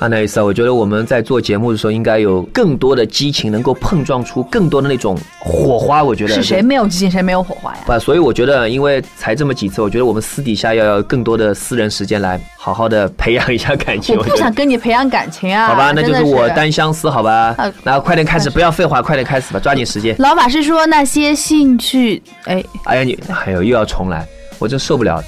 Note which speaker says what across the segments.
Speaker 1: 阿奈斯啊，我觉得我们在做节目的时候，应该有更多的激情，能够碰撞出更多的那种火花。我觉得
Speaker 2: 是谁没有激情，谁没有火花呀？
Speaker 1: 啊，所以我觉得，因为才这么几次，我觉得我们私底下要有更多的私人时间来好好的培养一下感情。
Speaker 2: 我
Speaker 1: 觉
Speaker 2: 不
Speaker 1: 得
Speaker 2: 想跟你培养感情啊！
Speaker 1: 好吧，那
Speaker 2: 真
Speaker 1: 就
Speaker 2: 的
Speaker 1: 是
Speaker 2: 是
Speaker 1: 我单相思，好吧
Speaker 2: 啊？
Speaker 1: 那快点开始，
Speaker 2: 但是
Speaker 1: 不要废话，快点开始吧，抓紧时间。
Speaker 2: 老法师说那些兴趣，哎，
Speaker 1: 哎呀，你哎呦又要重来，我真受不了。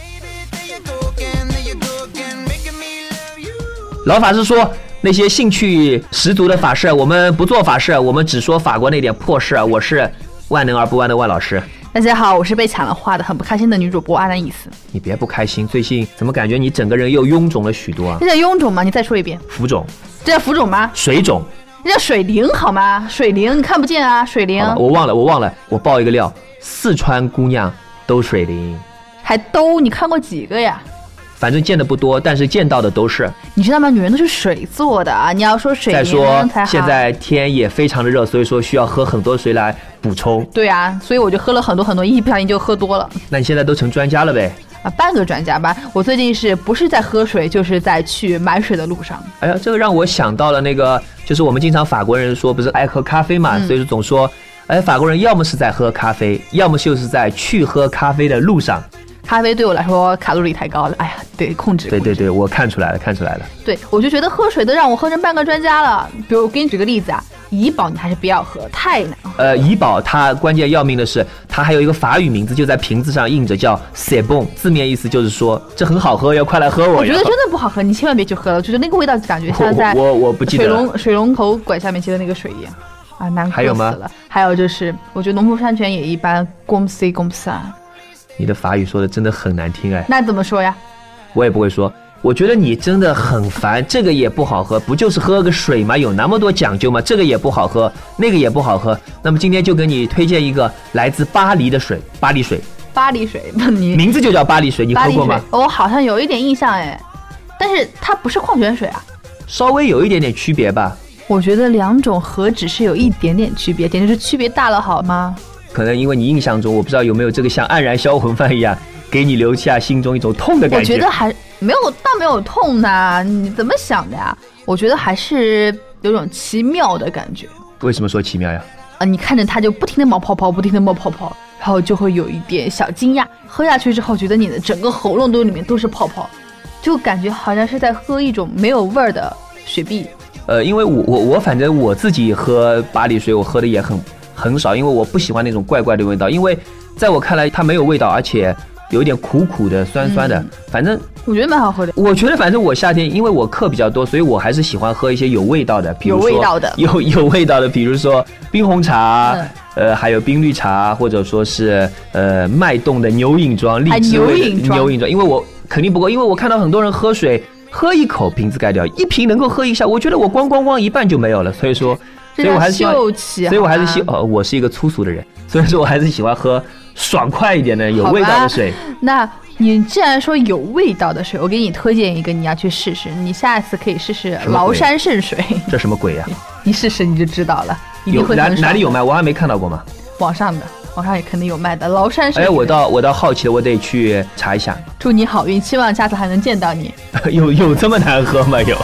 Speaker 1: 老法师说，那些兴趣十足的法师，我们不做法事，我们只说法国那点破事。我是万能而不弯的万老师，
Speaker 2: 大家好，我是被抢了话的很不开心的女主播啊阿南伊斯，
Speaker 1: 你别不开心，最近怎么感觉你整个人又臃肿了许 多啊？
Speaker 2: 这叫臃肿吗？你再说一遍，
Speaker 1: 浮肿、
Speaker 2: 这叫浮肿吗？
Speaker 1: 水肿，
Speaker 2: 这叫水灵好吗？水灵你看不见啊，水灵
Speaker 1: 好吧，我忘了，我忘了，我爆一个料，四川姑娘都水灵，
Speaker 2: 还兜，你看过几个呀？
Speaker 1: 反正见的不多，但是见到的都是。
Speaker 2: 你知道吗？女人都是水做的啊！你要说水
Speaker 1: 再说
Speaker 2: 灵才好。
Speaker 1: 现在天也非常的热，所以说需要喝很多水来补充。
Speaker 2: 对啊，所以我就喝了很多很多，一不小心就喝多了
Speaker 1: 那你现在都成专家了呗？
Speaker 2: 啊。半个专家吧，我最近是不是在喝水，就是在去买水的路上。
Speaker 1: 哎呀，这个让我想到了那个，就是我们经常法国人说不是爱喝咖啡
Speaker 2: 嗯
Speaker 1: 嘛，所以说总说，哎，法国人要么是在喝咖啡，要么就是在去喝咖啡的路上。
Speaker 2: 咖啡对我来说卡路里太高了，哎呀，得控制。
Speaker 1: 对
Speaker 2: 控制
Speaker 1: 对对，我看出来了，看出来了。
Speaker 2: 对，我就觉得喝水都让我喝成半个专家了。比如我给你举个例子啊，怡宝你还是不要喝，太难。
Speaker 1: 呃，怡宝它关键要命的是，它还有一个法语名字，就在瓶子上印着叫 c e b o n 字面意思就是说这很好喝，要快来喝我
Speaker 2: 我觉
Speaker 1: 呀。
Speaker 2: 得真的不好喝，你千万别去喝了，我觉得那个味道感觉像在
Speaker 1: 我我我不记得
Speaker 2: 水
Speaker 1: 了
Speaker 2: 龙水龙头管下面接的那个水一样。啊，难喝
Speaker 1: 还有
Speaker 2: 死
Speaker 1: 吗
Speaker 2: 了。还有就是，我觉得农夫山泉也一般，公司公司啊，
Speaker 1: 你的法语说的真的很难听哎。
Speaker 2: 那怎么说呀？
Speaker 1: 我也不会说。我觉得你真的很烦，这个也不好喝，不就是喝个水吗？有那么多讲究吗？这个也不好喝，那个也不好喝。那么今天就给你推荐一个来自巴黎的水，巴黎水，
Speaker 2: 巴黎水，问你
Speaker 1: 名字就叫巴黎水，你
Speaker 2: 巴
Speaker 1: 喝
Speaker 2: 黎
Speaker 1: 过
Speaker 2: 水
Speaker 1: 吗？，
Speaker 2: 我好像有一点印象哎，但是它不是矿泉水啊。
Speaker 1: 稍微有一点点区别吧，
Speaker 2: 我觉得两种何止是有一点点区别，简直是区别大了好吗？
Speaker 1: 可能因为你印象中，我不知道有没有这个像黯然销魂饭一样，给你留下心中一种痛的
Speaker 2: 我
Speaker 1: 感
Speaker 2: 觉得还没有，倒没有痛呢。你怎么想的呀？我觉得还是有种奇妙的感觉
Speaker 1: 为什么说奇妙呀？
Speaker 2: 啊！你看着它就不停的冒泡泡，不停的冒泡泡，然后就会有一点小惊讶。喝下去之后，觉得你的整个喉咙都里面都是泡泡，就感觉好像是在喝一种没有味儿的雪碧。
Speaker 1: 呃，因为我我我反正我自己喝巴黎水，我喝的也很很少，因为我不喜欢那种怪怪的味道，因为在我看来它没有味道，而且有点苦苦的、酸酸
Speaker 2: 嗯
Speaker 1: 的。反正
Speaker 2: 我觉得蛮好喝的。
Speaker 1: 我觉得，反正我夏天因为我课比较多，所以我还是喜欢喝一些有味道的，比如说
Speaker 2: 有味道的
Speaker 1: 有有味道的，比如说冰红茶。
Speaker 2: 嗯
Speaker 1: 呃，还有冰绿茶，或者说是呃脉动的牛饮装、荔
Speaker 2: 还
Speaker 1: 枝
Speaker 2: 啊牛
Speaker 1: 味的
Speaker 2: 饮装
Speaker 1: 牛饮装，因为我肯定不够，因为我看到很多人喝水，喝一口瓶子盖掉，一瓶能够喝一下，我觉得我咣咣咣一半就没有了，所以说，
Speaker 2: 这
Speaker 1: 所以我
Speaker 2: 叫
Speaker 1: 还是希望，
Speaker 2: 秀气，啊
Speaker 1: 所以我还是
Speaker 2: 好
Speaker 1: 希
Speaker 2: 吗
Speaker 1: 呃，我是一个粗俗的人，所以说我还是喜欢喝爽快一点的、有
Speaker 2: 好吧
Speaker 1: 味道的水。
Speaker 2: 那你既然说有味道的水，我给你推荐一个，你要去试试。你下一次可以试试
Speaker 1: 什么鬼
Speaker 2: 崂山圣水，
Speaker 1: 这什么鬼呀、
Speaker 2: 你试 试你就知道了，一定
Speaker 1: 有
Speaker 2: 会
Speaker 1: 哪
Speaker 2: 很爽
Speaker 1: 哪里有？卖？我还没看到过嘛。
Speaker 2: 网上的，网上也肯定有卖的。崂山圣
Speaker 1: 哎，
Speaker 2: 水，
Speaker 1: 我倒我倒好奇了，我得去查一下，
Speaker 2: 祝你好运，希望下次还能见到你。
Speaker 1: 有有这么难喝吗？有。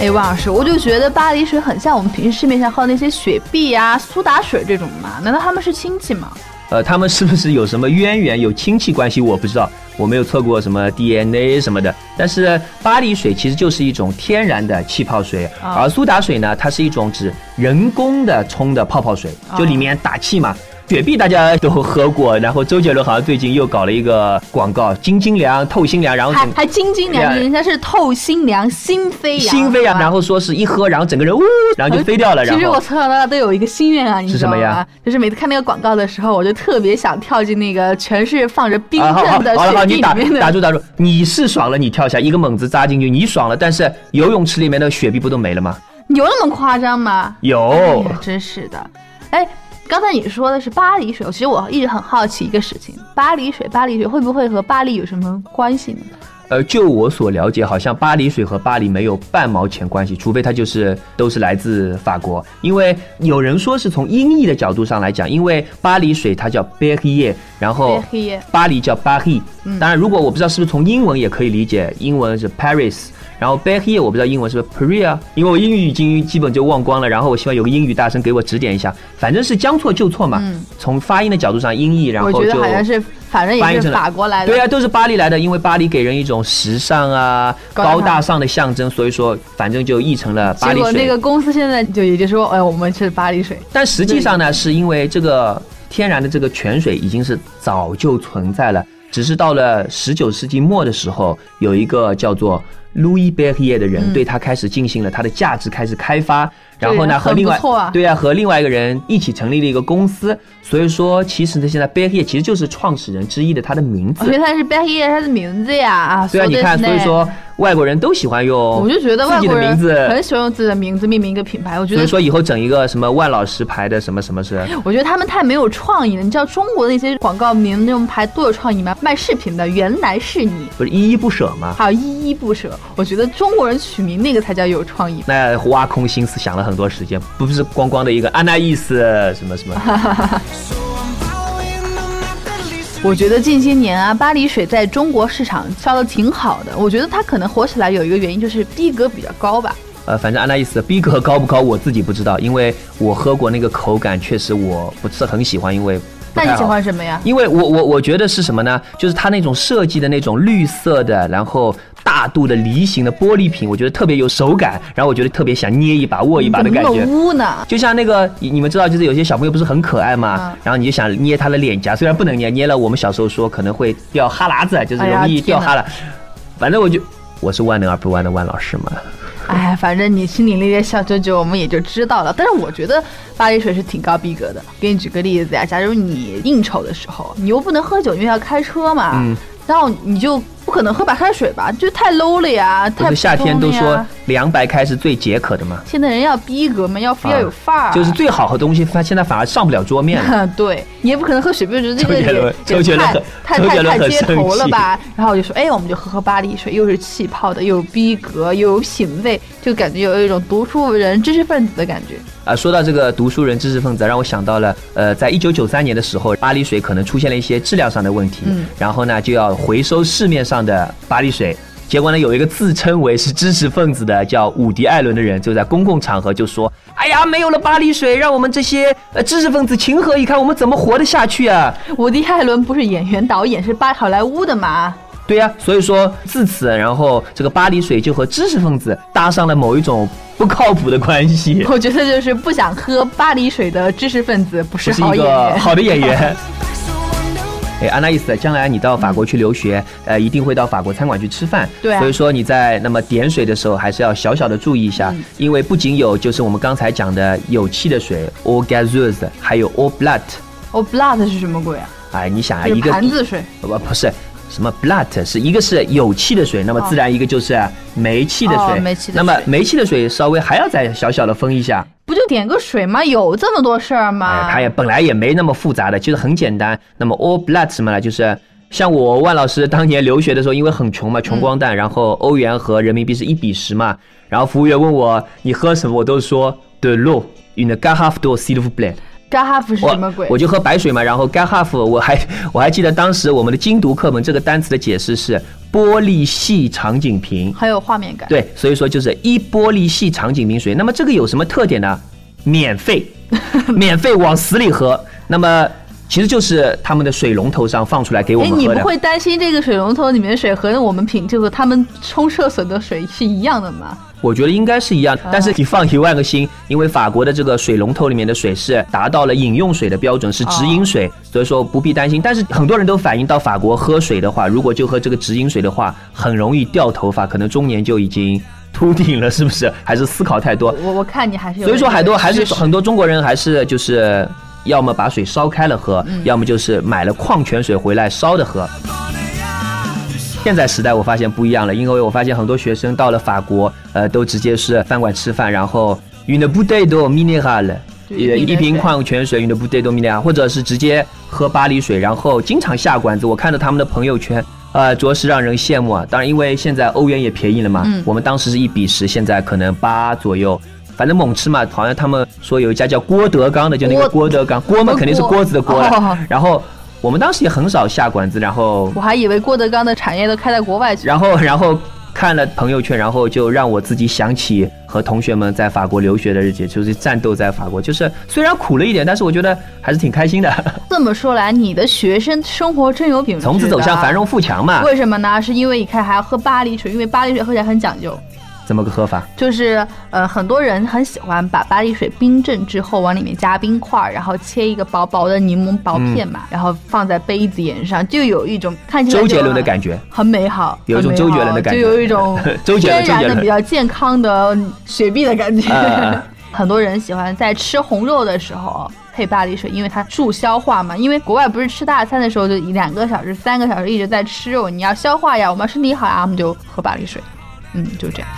Speaker 2: 哎，王老师，我就觉得巴黎水很像我们平时市面上喝的那些雪碧啊、苏打水这种嘛，难道他们是亲戚吗？
Speaker 1: 呃，他们是不是有什么渊源、有亲戚关系？我不知道，我没有测过什么 DNA 什么的。但是巴黎水其实就是一种天然的气泡水，
Speaker 2: 啊
Speaker 1: 而苏打水呢，它是一种指人工的冲的泡泡水，
Speaker 2: 啊
Speaker 1: 就里面打气嘛。雪碧大家都喝过，然后周杰伦好像最近又搞了一个广告，晶晶凉、透心凉，然后
Speaker 2: 还
Speaker 1: 整
Speaker 2: 还晶晶凉，
Speaker 1: 对啊
Speaker 2: 人家是透心凉、心飞扬，
Speaker 1: 心飞扬，
Speaker 2: 好吧哎
Speaker 1: 然后说是一喝，然后整个人呜，然后就飞掉了，然
Speaker 2: 其实我
Speaker 1: 后
Speaker 2: 从小到大都有一个心愿啊，你知道吗？
Speaker 1: 是什么呀
Speaker 2: 就是每次看那个广告的时候，我就特别想跳进那个全是放着冰
Speaker 1: 啊，好好
Speaker 2: 镇的
Speaker 1: 好了好，
Speaker 2: 雪
Speaker 1: 你
Speaker 2: 地
Speaker 1: 打
Speaker 2: 里面的。
Speaker 1: 打住打住，你是爽了，你跳下一个猛子扎进去，你爽了，但是游泳池里面的雪碧不都没了吗？
Speaker 2: 有那么夸张吗？
Speaker 1: 有
Speaker 2: 哎呀，真是的。哎，刚才你说的是巴黎水，其实我一直很好奇一个事情，巴黎水，巴黎水会不会和巴黎有什么关系呢？
Speaker 1: 呃，就我所了解，好像巴黎水和巴黎没有半毛钱关系，除非它就是都是来自法国。因为有人说是从音译的角度上来讲，因为巴黎水它叫 b e r r i e 然后
Speaker 2: Berryer
Speaker 1: 巴黎叫 Paris。当
Speaker 2: 嗯
Speaker 1: 然，如果我不知道是不是从英文也可以理解，英文是 Paris。然后 b e r r i e 我不知道英文是不是 Paria，因为我英语已经基本就忘光了。然后我希望有个英语大神给我指点一下，反正是将错就错嘛。从发音的角度上音译，然后
Speaker 2: 嗯我
Speaker 1: 就
Speaker 2: 觉得好像是，反正
Speaker 1: 翻译
Speaker 2: 也
Speaker 1: 成
Speaker 2: 是
Speaker 1: 了
Speaker 2: 法国来的。
Speaker 1: 对啊，都是巴黎来的，因为巴黎给人一种时尚啊、
Speaker 2: 高大上
Speaker 1: 高大上的象征，所以说反正就译成了巴
Speaker 2: 结
Speaker 1: 黎
Speaker 2: 果
Speaker 1: 水。
Speaker 2: 那个公司现在就也就说，哎，我们是巴黎水，
Speaker 1: 但实际上呢，是因为这个天然的这个泉水已经是早就存在了，只是到了十九世纪末的时候，有一个叫做路易贝耶的
Speaker 2: 嗯
Speaker 1: 人、对它开始进行了它的价值开始开发，然后呢
Speaker 2: 人
Speaker 1: 和
Speaker 2: 很
Speaker 1: 另
Speaker 2: 不
Speaker 1: 外
Speaker 2: 错啊
Speaker 1: 对啊和另外一个人一起成立了一个公司，所以说其实呢现在贝耶其实就是创始人之一的他的名
Speaker 2: 我
Speaker 1: 字
Speaker 2: 觉。得他是巴黎他的名字呀啊。
Speaker 1: 对啊，
Speaker 2: 说
Speaker 1: 你
Speaker 2: 的
Speaker 1: 看，
Speaker 2: 是
Speaker 1: 所以
Speaker 2: 呢
Speaker 1: 说外国人都喜欢用，
Speaker 2: 我就觉得
Speaker 1: 哦
Speaker 2: 外
Speaker 1: 自己
Speaker 2: 国
Speaker 1: 的
Speaker 2: 人
Speaker 1: 名字，
Speaker 2: 很喜欢用自己的名字命名一个品牌，我觉
Speaker 1: 所
Speaker 2: 得
Speaker 1: 以说以后整一个什么万老师牌的什么什么是，
Speaker 2: 我觉得他们太没有创意了。你知道中国的那些广告名那种牌多有创意吗？卖饰品的原来是你，
Speaker 1: 不是依依不舍吗？
Speaker 2: 还有依依不舍。我觉得中国人取名那个才叫有创意。
Speaker 1: 那挖空心思想了很多时间，不是光光的一个安娜意思什么什
Speaker 2: 啊
Speaker 1: 么，
Speaker 2: 我觉得近些年啊，巴黎水在中国市场销的挺好的。我觉得它可能火起来有一个原因就是逼格比较高吧。
Speaker 1: 呃，反正安娜意思的逼格高不高我自己不知道，因为我喝过那个口感确实我不是很喜欢，因为不
Speaker 2: 那
Speaker 1: 太
Speaker 2: 你
Speaker 1: 好
Speaker 2: 喜欢什么呀？
Speaker 1: 因为我我我觉得是什么呢？就是它那种设计的那种绿色的，然后大度的梨形的玻璃瓶，我觉得特别有手感，然后我觉得特别想捏一把、握一把的
Speaker 2: 怎么
Speaker 1: 感
Speaker 2: 那么
Speaker 1: 觉。
Speaker 2: 污呢？
Speaker 1: 就像那个，你你们知道，就是有些小朋友不是很可爱嘛，
Speaker 2: 嗯
Speaker 1: 然后你就想捏他的脸颊，虽然不能捏，捏了我们小时候说可能会掉哈喇子，啊就是
Speaker 2: 哎呀
Speaker 1: 容易掉
Speaker 2: 天哪
Speaker 1: 哈喇。反正我就我是万能而不弯的万老师 嘛，
Speaker 2: 哎，反正你心里那些小九九，我们也就知道了。但是我觉得巴黎水是挺高逼格的。给你举个例子呀，假如你应酬的时候，你又不能喝酒，因为要开车嘛，
Speaker 1: 嗯
Speaker 2: 然后你就不可能喝白开水吧，就太 low 了呀，
Speaker 1: 不
Speaker 2: 太
Speaker 1: 是
Speaker 2: 普
Speaker 1: 夏天
Speaker 2: 通了
Speaker 1: 都说
Speaker 2: 呀
Speaker 1: 凉白开是最解渴的嘛，
Speaker 2: 现在人要逼格嘛，要非要有范儿、
Speaker 1: 啊就是 最好喝东西，它现在反而上不了桌面了。
Speaker 2: 对，你也不可能喝雪碧，这
Speaker 1: 周
Speaker 2: 个
Speaker 1: 杰伦
Speaker 2: 也
Speaker 1: 周杰
Speaker 2: 也
Speaker 1: 伦
Speaker 2: 太
Speaker 1: 很周杰
Speaker 2: 太太
Speaker 1: 伦
Speaker 2: 太
Speaker 1: 很
Speaker 2: 街
Speaker 1: 生
Speaker 2: 头了
Speaker 1: 气
Speaker 2: 吧？然后我就说，哎，我们就喝喝巴黎水，又是气泡的，又有逼格，又有品味，就感觉有一种读书人、知识分子的感觉。
Speaker 1: 啊，说到这个读书人、知识分子，让我想到了，呃，在一九九三年的时候，巴黎水可能出现了一些质量上的问题，
Speaker 2: 嗯
Speaker 1: 然后呢就要回收市面上的巴黎水。结果呢，有一个自称为是知识分子的叫伍迪·艾伦的人，就在公共场合就说：“哎呀，没有了巴黎水，让我们这些呃知识分子情何以堪？我们怎么活得下去啊
Speaker 2: 伍迪·艾伦不是演员、导演，是巴好莱坞的嘛？？”
Speaker 1: 对呀、所以说自此，然后这个巴黎水就和知识分子搭上了某一种不靠谱的关 系，
Speaker 2: 我觉得就是不想喝巴黎水的知识分子不
Speaker 1: 不
Speaker 2: 是
Speaker 1: 是
Speaker 2: 好
Speaker 1: 一
Speaker 2: 演
Speaker 1: 个
Speaker 2: 员。
Speaker 1: 好的演员。
Speaker 3: Back
Speaker 1: 哎，安娜意思，将来你到法国去留学，呃，一定会到法国餐馆去吃饭。
Speaker 2: 对啊
Speaker 1: 所以说你在那么点水的时候，还是要小小的注意一下，
Speaker 2: 嗯
Speaker 1: 因为不仅有就是我们刚才讲的有气的水 （eau gazeuse），还有 eau b l o t
Speaker 2: 哦，blood 是什么鬼啊？
Speaker 1: 哎，你想啊，
Speaker 2: 就是
Speaker 1: 一个
Speaker 2: 盘子水。
Speaker 1: 不不是什么 b l o t 是一个是有气的水，那么自然一个就是没气的水。
Speaker 2: 哦没气的
Speaker 1: 那么
Speaker 2: 水
Speaker 1: 没气的水稍微还要再小小的分一下。
Speaker 2: 不就点个水吗？有这么多事儿吗？
Speaker 1: 哎，它也本来也没那么复杂的，就是很简单。那么 all blood 什么呢？就是像我万老师当年留学的时候，因为很穷嘛，穷光蛋，然后欧元和人民币是一比十嘛，然后服务员问我你喝什么，我都说 the low。une carafe d'eau s'il vous plaît，
Speaker 2: 嘎哈夫是什么
Speaker 1: 我
Speaker 2: 鬼？
Speaker 1: 我就喝白水嘛，然后 carafe 我还我还记得当时我们的精读课本这个单词的解释是玻璃细长颈瓶，
Speaker 2: 很有画面感。
Speaker 1: 对，所以说就是一玻璃细长颈瓶水。那么这个有什么特点呢？免 费，免费往死里喝。那么其实就是他们的水龙头上放出来给我
Speaker 2: 哎，
Speaker 1: 们
Speaker 2: 你
Speaker 1: 喝
Speaker 2: 不
Speaker 1: 的。
Speaker 2: 会担心这个水龙头里面的水和我们品质和他们冲厕所的水是一样的吗？
Speaker 1: 我觉得应该是一样，
Speaker 2: 啊
Speaker 1: 但是你放一万个心，因为法国的这个水龙头里面的水是达到了饮用水的标准，是直饮水，
Speaker 2: 哦
Speaker 1: 所以说不必担心。但是很多人都反映到法国喝水的话，如果就喝这个直饮水的话，很容易掉头发，可能中年就已经秃顶了，是不是？还是思考太多。
Speaker 2: 我我看你还是有
Speaker 1: 所以说，
Speaker 2: 那个
Speaker 1: 很多还是
Speaker 2: 知识
Speaker 1: 很多中国人还是就是，要么把水烧开了喝，
Speaker 2: 嗯
Speaker 1: 要么就是买了矿泉水回来烧着喝。现在时代我发现不一样了，因为我发现很多学生到了法国，呃，都直接是饭馆吃饭，然后 une bouteille d'eau minérale。
Speaker 2: 就
Speaker 1: 呃
Speaker 2: 一瓶
Speaker 1: 一瓶
Speaker 2: 水
Speaker 1: 矿泉水，une bouteille d'eau minérale，或者是直接喝巴黎水，然后经常下馆子。我看到他们的朋友圈，呃，着实让人羡慕啊。当然，因为现在欧元也便宜了嘛，
Speaker 2: 嗯
Speaker 1: 我们当时是一比十，现在可能八左右。反正猛吃嘛，好像他们说有一家叫郭德纲的，就那个
Speaker 2: 郭
Speaker 1: 郭德纲，锅嘛肯定是锅子的锅
Speaker 2: 哦
Speaker 1: 了。然后我们当时也很少下馆子，然后
Speaker 2: 我还以为郭德纲的产业都开在国外去。
Speaker 1: 然后 然后看了朋友圈，然后就让我自己想起和同学们在法国留学的日子，就是战斗在法国，就是虽然苦了一点，但是我觉得还是挺开心的。
Speaker 2: 这么说来，你的学生生活真有品质，
Speaker 1: 从此走向繁。荣富强嘛，
Speaker 2: 为什么呢？是因为你看还要喝巴黎水，因为巴黎水喝起来很讲究，
Speaker 1: 怎么个喝法？
Speaker 2: 就是呃很多人很喜欢把巴黎水冰镇之后往里面加冰块，然后切一个薄薄的柠檬薄片
Speaker 1: 嗯
Speaker 2: 嘛，然后放在杯子沿上，就有一种看起来
Speaker 1: 周
Speaker 2: 就
Speaker 1: 杰伦的
Speaker 2: 很
Speaker 1: 感觉。
Speaker 2: 很美好，
Speaker 1: 有一种
Speaker 2: 很美
Speaker 1: 周杰
Speaker 2: 好
Speaker 1: 伦的感觉
Speaker 2: 就有 一种
Speaker 1: 周杰伦
Speaker 2: 天然
Speaker 1: 周杰
Speaker 2: 的
Speaker 1: 伦
Speaker 2: 比较健康的雪碧的感觉
Speaker 1: 啊啊啊。
Speaker 2: 很多人喜欢在吃红肉的时候配巴黎水，因为它助消化嘛。因为国外不是吃大餐的时候就一两个小时、三个小时一直在吃肉，你要消化呀，我们要身体好呀，我们就喝巴黎水。 嗯，就这样。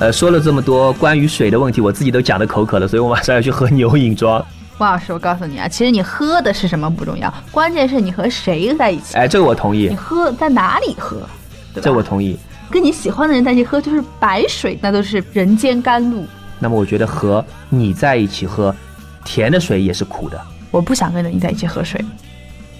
Speaker 1: 呃，说了这么多关于水的问题，我自己都讲的口渴了，所以我马上要去喝牛饮装。
Speaker 2: 汪老师，我告诉你啊，其实你喝的是什么不重要，关键是你和谁在一起，
Speaker 1: 哎，这个我同
Speaker 2: 你
Speaker 1: 意，
Speaker 2: 喝在哪里喝，对吧？
Speaker 1: 这我同意。
Speaker 2: 跟你喜欢的人在一起喝，就是白水，那都是人间甘露。
Speaker 1: 那么我觉得和你在一起喝甜的水也是苦的。
Speaker 2: 我不想跟你在一起喝水。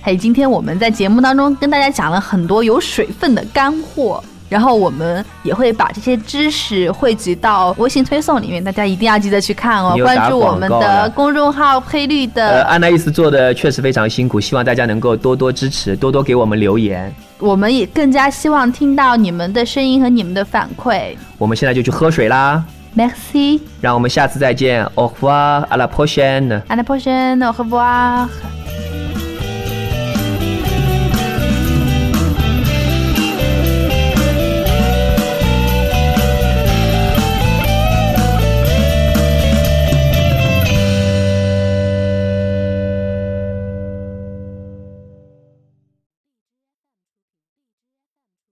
Speaker 2: 嘿，今天我们在节目当中跟大家讲了很多有水分的干货，然后我们也会把这些知识汇集到微信推送里面，大家一定要记得去看哦
Speaker 1: 你，又打
Speaker 2: 关注我们
Speaker 1: 广告
Speaker 2: 的
Speaker 1: 了
Speaker 2: 公众号“佩绿”
Speaker 1: 呃，
Speaker 2: 的，
Speaker 1: 安娜伊斯做的确实非常辛苦，希望大家能够多多支持，多多给我们留言。
Speaker 2: 我们也更加希望听到你们的声音和你们的反馈。
Speaker 1: 我们现在就去喝水啦，
Speaker 2: Merci,
Speaker 1: 让我们下次再见。Au revoir, à la prochaine。
Speaker 2: à la prochaine, au revoir.